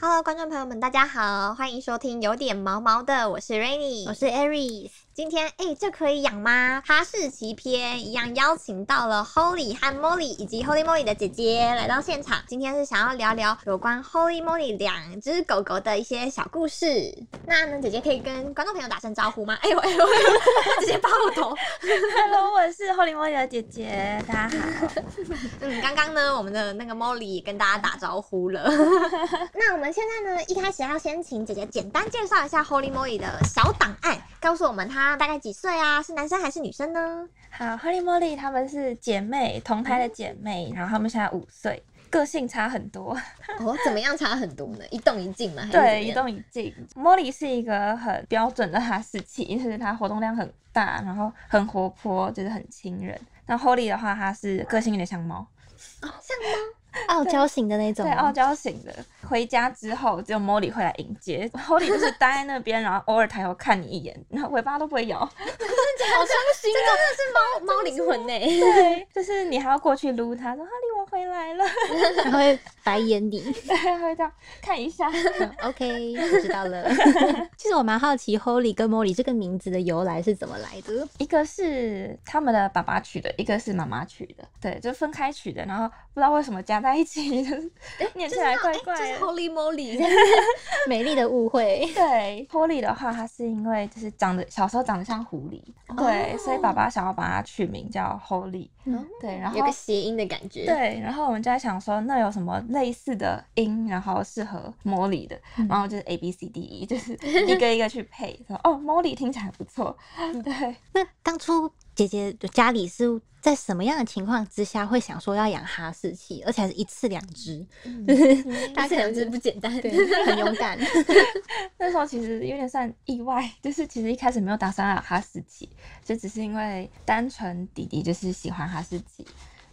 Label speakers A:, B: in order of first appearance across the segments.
A: Hello，观众朋友们，大家好，欢迎收听有点毛毛的，我是 Rainy，
B: 我是 Aries。
A: 今天哎、诶这可以养吗？哈士奇篇一样邀请到了 Holy 和 Molly 以及 Holy Molly 的姐姐来到现场。今天是想要聊聊有关 Holy Molly 两只狗狗的一些小故事。那呢，姐姐可以跟观众朋友打声招呼吗？哎呦哎呦，哎 呦直接爆头。
B: Hello，我是 Holy Moly 的姐姐，大家好。
A: 嗯，刚刚呢，我们的那个 Molly 跟大家打招呼了。 那我们现在呢，一开始要先请姐姐简单介绍一下 Holy Molly 的小档案，告诉我们她大概几岁啊？是男生还是女生呢？
B: 好，Holy Moly 她们是姐妹，同胎的姐妹，然后她们现在五岁，个性差很多，
A: 哦，怎么样差很多呢？一动嗯一静嘛，还是怎么
B: 对，
A: 样
B: 一。动一静。Moly 是一个很标准的哈士奇，就是她活动量很大，然后很活泼，就是很亲人。那 Holy 的话，她是个性有点像猫，
A: 哦
C: 傲娇型的那种
B: 对，。哦 傲娇型的。回家之后，只有 Moly 会来迎接，Holy 就是待在那边，然后偶尔抬头看你一眼，然后尾巴都不会摇。
C: 好伤心
A: 这真的是猫猫灵魂呢、
B: 对，就是你还要过去撸它，说哈利我回来了，
C: 哦，然后白眼你。
B: 对， 会这样看一下。
C: 嗯 OK，我知道了。其实我蛮好奇 Holy 跟 Molly 这个名字的由来是怎么来的。
B: 一个是他们的爸爸取的，一个是妈妈取的，对，就分开取的，然后不知道为什么加在一起， 就是念起来怪怪
A: 哎这是
B: 的。
A: Holy Molly，
C: 美丽的误会。
B: 对，玻璃的话，它是因为就是长得小时候长得像狐狸，对，所以爸爸想要把它取名叫 Holy，、
C: 嗯
B: 对，然 后
A: 有个谐音的感觉。，
B: 对，然后我们就在想说，那有什么类似的音，然后适合 Molly 的，然后就是 A B C D E，就是 一个一个去配。说哦，Molly 听起来不 错，对，
C: 那当初姐姐家里是在什么样的情况之下会想说要养哈士奇，而且还是一次两只？
A: 嗯 大家两只不简单。
C: 对，很勇敢。
B: 那时候其实有点算意外， 就是其实一开始没有打算要有哈士奇，就只是因为单纯弟弟就是喜欢哈士奇。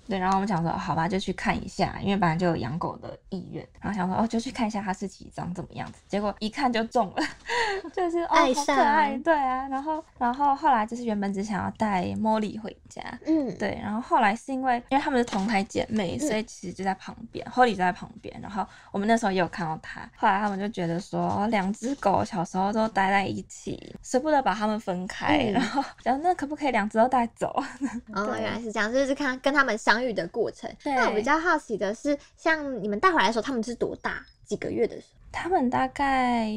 B: 对，然后我们想说，哦好吧，就去看一下，因为本来就有养狗的意愿，然后想说，哦，就去看一下哈士奇长怎么样子。结果一看就中了， 就是哦，好
C: 爱
B: 可
C: 上
B: 爱，对啊。然后，然后后来就是原本只想要带茉莉回家，
A: 嗯，
B: 对，然后后来是因为因为她们是同胎姐妹，
C: 嗯
B: 所以其实就在旁边、h o l y 就在旁边。然后我们那时候也有看到她，后来他们就觉得说，哦两只狗小时候都待在一起，舍不得把它们分开，
A: 嗯
B: 然后然后那可不可以两只都带走？
C: 嗯
A: 哦，
B: 对
A: 原来是这样，就是看跟他们相遇的过程。
B: 对
A: 那我比较好奇的是，像你们带回来的时候，他们是多大？几个月的时候？
B: 他们大概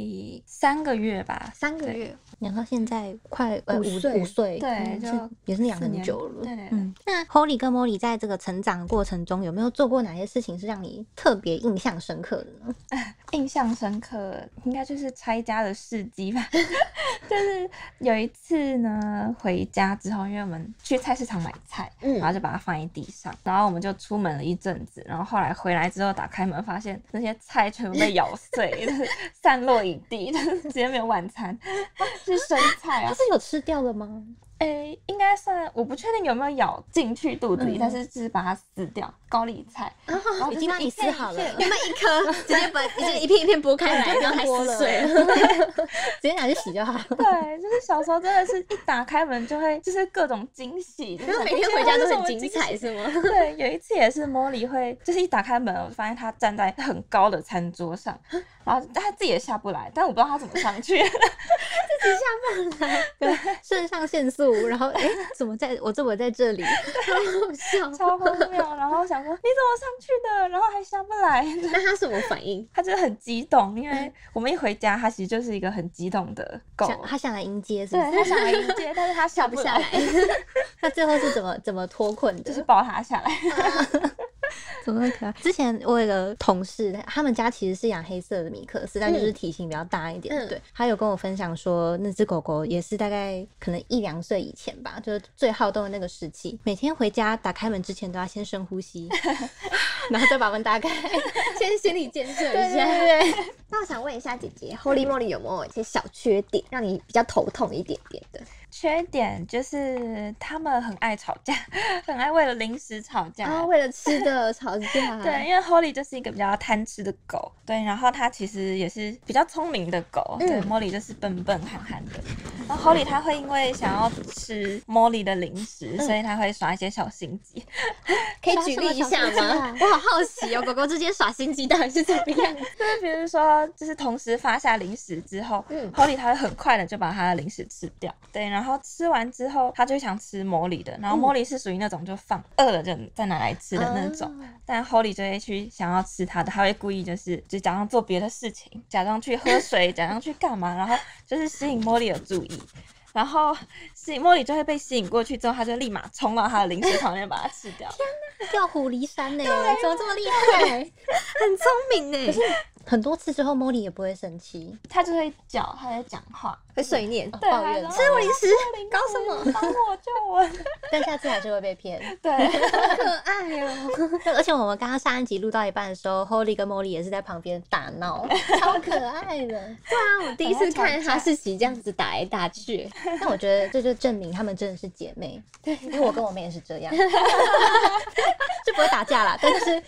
B: 三个月吧，
A: 三个
B: 对
A: 月。
C: 养到现在快呃
A: 五
C: 五
A: 岁
C: 五岁，
B: 对
C: 嗯
B: 就是
C: 也是养
B: 四
C: 很
B: 年
C: 久了。
B: 对对
C: 嗯，那 Holy 跟 Molly 在这个成长过程中有没有做过哪些事情是让你特别印象深刻的呢？
B: 印象深刻，应该就是拆家的事迹吧。 就是有一次呢，回家之后，因为我们去菜市场买菜，
A: 嗯
B: 然后就把它放在地上，然后我们就出门了一阵子，然后后来回来之后打开门，发现那些菜全部被咬碎，就是散落一地， 就是直接没有晚 餐，是生菜
C: 它
B: 啊
C: 是。有吃掉了吗？
B: 诶、应该算，我不确定有没有咬进去肚子里，
C: 嗯
B: 但是就是把它撕掉，高丽菜，
A: 然后
B: 然后
C: 已
B: 就是
C: 经帮你
B: 一
C: 撕
B: 片一
C: 好了
B: 片
A: 原本一颗直接把这个一片一片剥开 来，然后还撕碎了。
C: 了， 直接拿去洗就好了。
B: 对，就是小时候真的是一打开门就会就是各种惊喜，就
A: 然
B: 是
A: 后
B: 想
A: 每天
B: 天
A: 回家都
B: 这是
A: 很
B: 我
A: 精
B: 惊
A: 彩，
B: 喜。
A: 是吗？
B: 对，有一次也是 Molly 会，就是一打开门，我就发现她站在很高的餐桌上，然后她自己也下不来，但我不知道她怎么上去。
C: 肾上腺素，然后哎，怎么在我怎么在这里？
A: 好笑。
B: 超荒谬。然后我想说你怎么上去的？然后还下不来。
A: 那他什么反应？
B: 他就是很激动，因为我们一回家，他其实就是一个很激动的狗。
C: 想他想来迎接，是
B: 对
C: 不，是？
B: 他想来迎接，但是他下
A: 跳不
B: 不
A: 下
B: 来，
A: 来，
C: 他最后是怎么怎么脱困
B: 就
C: 的？
B: 是抱他下来。
C: 怎么会可爱？之前我有个同事，他们家其实是养黑色的米克斯，
B: 嗯
C: 但就是体型比较大一点。
A: 嗯
C: 对，他有跟我分享说，那只狗狗也是大概可能一两岁以前吧，就是最好动的那个时期。每天回家打开门之前都要先深 呼吸，然后再把门打 开。
A: 先心理建设一下。
C: 对对，
A: 那我想问一下姐姐，Holy Moly 有没有一些小缺点，让你比较头痛一点点的？
B: 缺点就是他们很爱吵架， 很爱为了零食吵架。
A: 然后啊为了吃的吵 架。
B: 对，，因为 Holly 就是一个比较贪吃的狗，对，然后它其实也是比较聪明的狗，对
A: 嗯
B: ，Molly 就是笨笨憨憨的，然后 Holly 它会因为想要吃
A: 嗯
B: Molly 的零食，所以它会耍一些小心机，
A: 可以举例一下吗？哇，好好奇哦，狗狗之间耍心机到底是怎么样？
B: 就是比如说，就是同时发下零食之后，
A: 嗯
B: 狐狸它会很快的就把它的零食吃掉。对，然后吃完之后，它就想吃魔力的，然
A: 嗯
B: 后魔力是属于那种就放饿了就再拿来吃的那 种，
A: 啊
B: 但 Holly 就会去想要吃它的，他会故意就是就假装做别的事情，假装去喝水，假装去干嘛，然后就是吸引茉莉的注意，然后吸引茉莉就会被吸引过去之后，他就立马冲到他的零食旁边把它吃掉。
C: 调虎离山呢、
B: 啊
A: 怎么这么厉害？很聪明呢，
C: 很多次之后，茉莉也不会生气，
B: 他就会叫，他在讲话，
A: 会碎念。
C: 哦
B: 对啊
C: 抱怨
B: 然后
A: 吃我零食，搞什么？
B: 帮我救我！
C: 但下次还是会被骗。
B: 对，
A: 好可爱哦，
C: 而且我们刚刚上一集录到一半的时候，Holly 跟 Molly 也是在旁边大闹，超可爱的。
A: 对啊，我第一次看哈士奇这样子打来打去，
C: 但我觉得这就证明她们真的是姐妹，对，因为我跟我妹也是这样，就不会打架啦。但是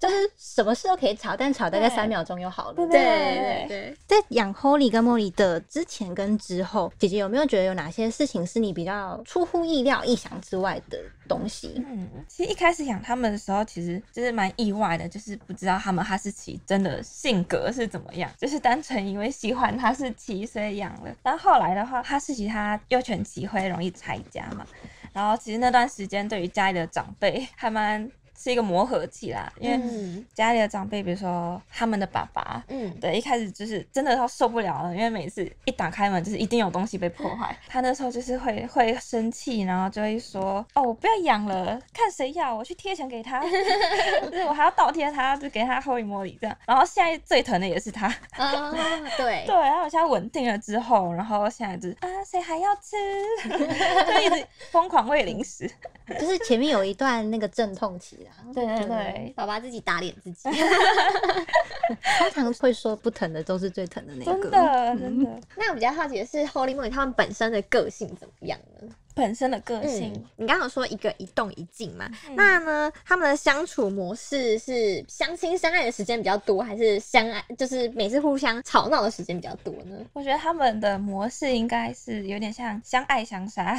C: 就是什么事都可以吵，但吵大概
B: 对
C: 三秒钟就好了。
B: 对
A: 哦对对对，
C: 在养 Holly 跟 Molly 的之前跟之后，姐姐有没有觉得有哪些事情是你比较出乎意料、意想之外的东西？
B: 嗯，其实一开始养他们的时候，其实就是蛮意外的，就是不知道他们哈士奇真的性格是怎么样，就是单纯因为喜欢哈士奇所以养了。但后来的话，哈士奇它幼犬期会容易拆家嘛，然后其实那段时间对于家里的长辈还蛮是一个磨合期啦，因为
A: 嗯
B: 家里的长辈，比如说他们的爸爸，
A: 嗯，
B: 对，一开始就是真的要受不了了，因为每次一打开门就是一定有东西被破坏。他那时候就是会会生气，然后就会说：“哦，我不要养了，看谁要我去贴钱给 他，就是我还要倒贴他，就给他后一摸里这样。”然后现在最疼的也是他，
A: 啊，对
B: 对，，然后我现在稳定了之后，然后现在就是啊，谁还要吃？ 就一直疯狂喂零食。
C: 就是前面有一段那个阵痛期啦，
B: 对对
A: 对
B: 对，
A: 嗯爸爸自己打脸自己，
C: 通常会说不疼的都是最疼的那
B: 真
C: 个。
B: 的真的，
A: 那我比较好奇的是，Holy Moon 他们本身的个性怎么样呢？
B: 本身的个性。
A: 嗯，你刚刚有说一个一动一静嘛，
B: 嗯
A: 那呢，他们的相处模式是相亲相爱的时间比较多，还是相爱就是每次互相吵闹的时间比较多呢？
B: 我觉得他们的模式应该是有点像相爱相杀，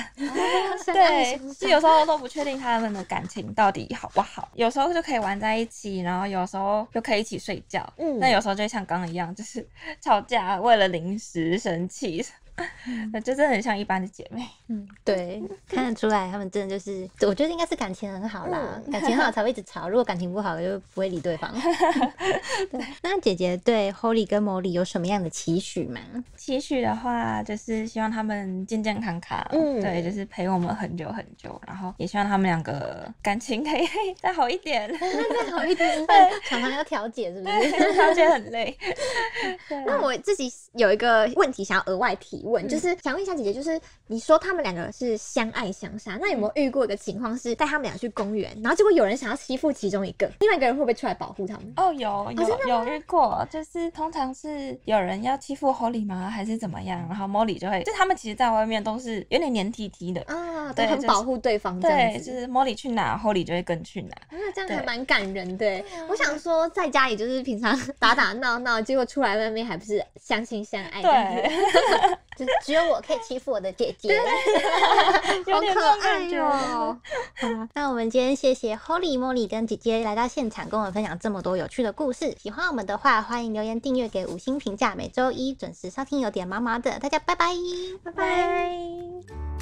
A: 相爱
B: 对
A: 相，
B: 是有时候都不确定他们的感情到底好不好，有时候就可以玩在一起，然后有时候又可以一起睡觉。
A: 嗯
B: 那有时候就会像刚刚一样，就是 吵架，为了零食生气，
A: 嗯
B: 那就真的很像一般的姐妹。
C: 嗯， 对，看得出来他们真的就是，我觉得应该是感情很好啦，感情好才会一直吵，如果感情不好就不会理对 方。对，那姐姐对 Holly 跟 Molly 有什么样的期许吗？
B: 期许的话，就是希望他们健健康康，
A: 嗯
B: 对，就是陪我们很久很久，然后也希望他们两个感情可以 再好 一点，
C: 再好一点，常常要调解是不是？
B: 调解很累。 对
A: 那我自己有一个问题想要额外提问，
B: 嗯
A: 就是想问一下姐姐，就是你说他们两个是相爱相杀，那有没
B: 嗯
A: 有遇过一个情况是带他们俩去公园，然后结果有人想要欺负其中一个，另外一个人会不会出来保护他们？
B: 哦，有有有遇过，就是通常是有人要欺负 Holly 吗，还是怎么样？然后 Molly 就会，就他们其实在外面都是有点黏 T T 的，
A: 啊，
B: 哦对
A: 对，很
B: 就是
A: 保护对方这
B: 对，
A: 样
B: 就
A: 子。
B: 是 Molly 去哪，Holly 就会跟去哪。
A: 啊，这样还
B: 对啊
A: 蛮感人的欸。我想说，在家里就是平常 打打闹闹，结果出来外面还不是相亲相爱这样子，
B: 对，
C: 就只有我可以欺负我的姐 姐。
A: 好
B: 有点
A: 可
B: 这
A: 爱哦
B: 种感觉。
A: 哟、
C: 那我们今天谢谢 Holly、Molly 跟姐姐来到现场，跟我们分享这么多有趣的故事。喜欢我们的话，欢迎留言、订阅、给五星评价。每周一准时收听，有点毛毛的，大家拜拜。
A: 拜拜。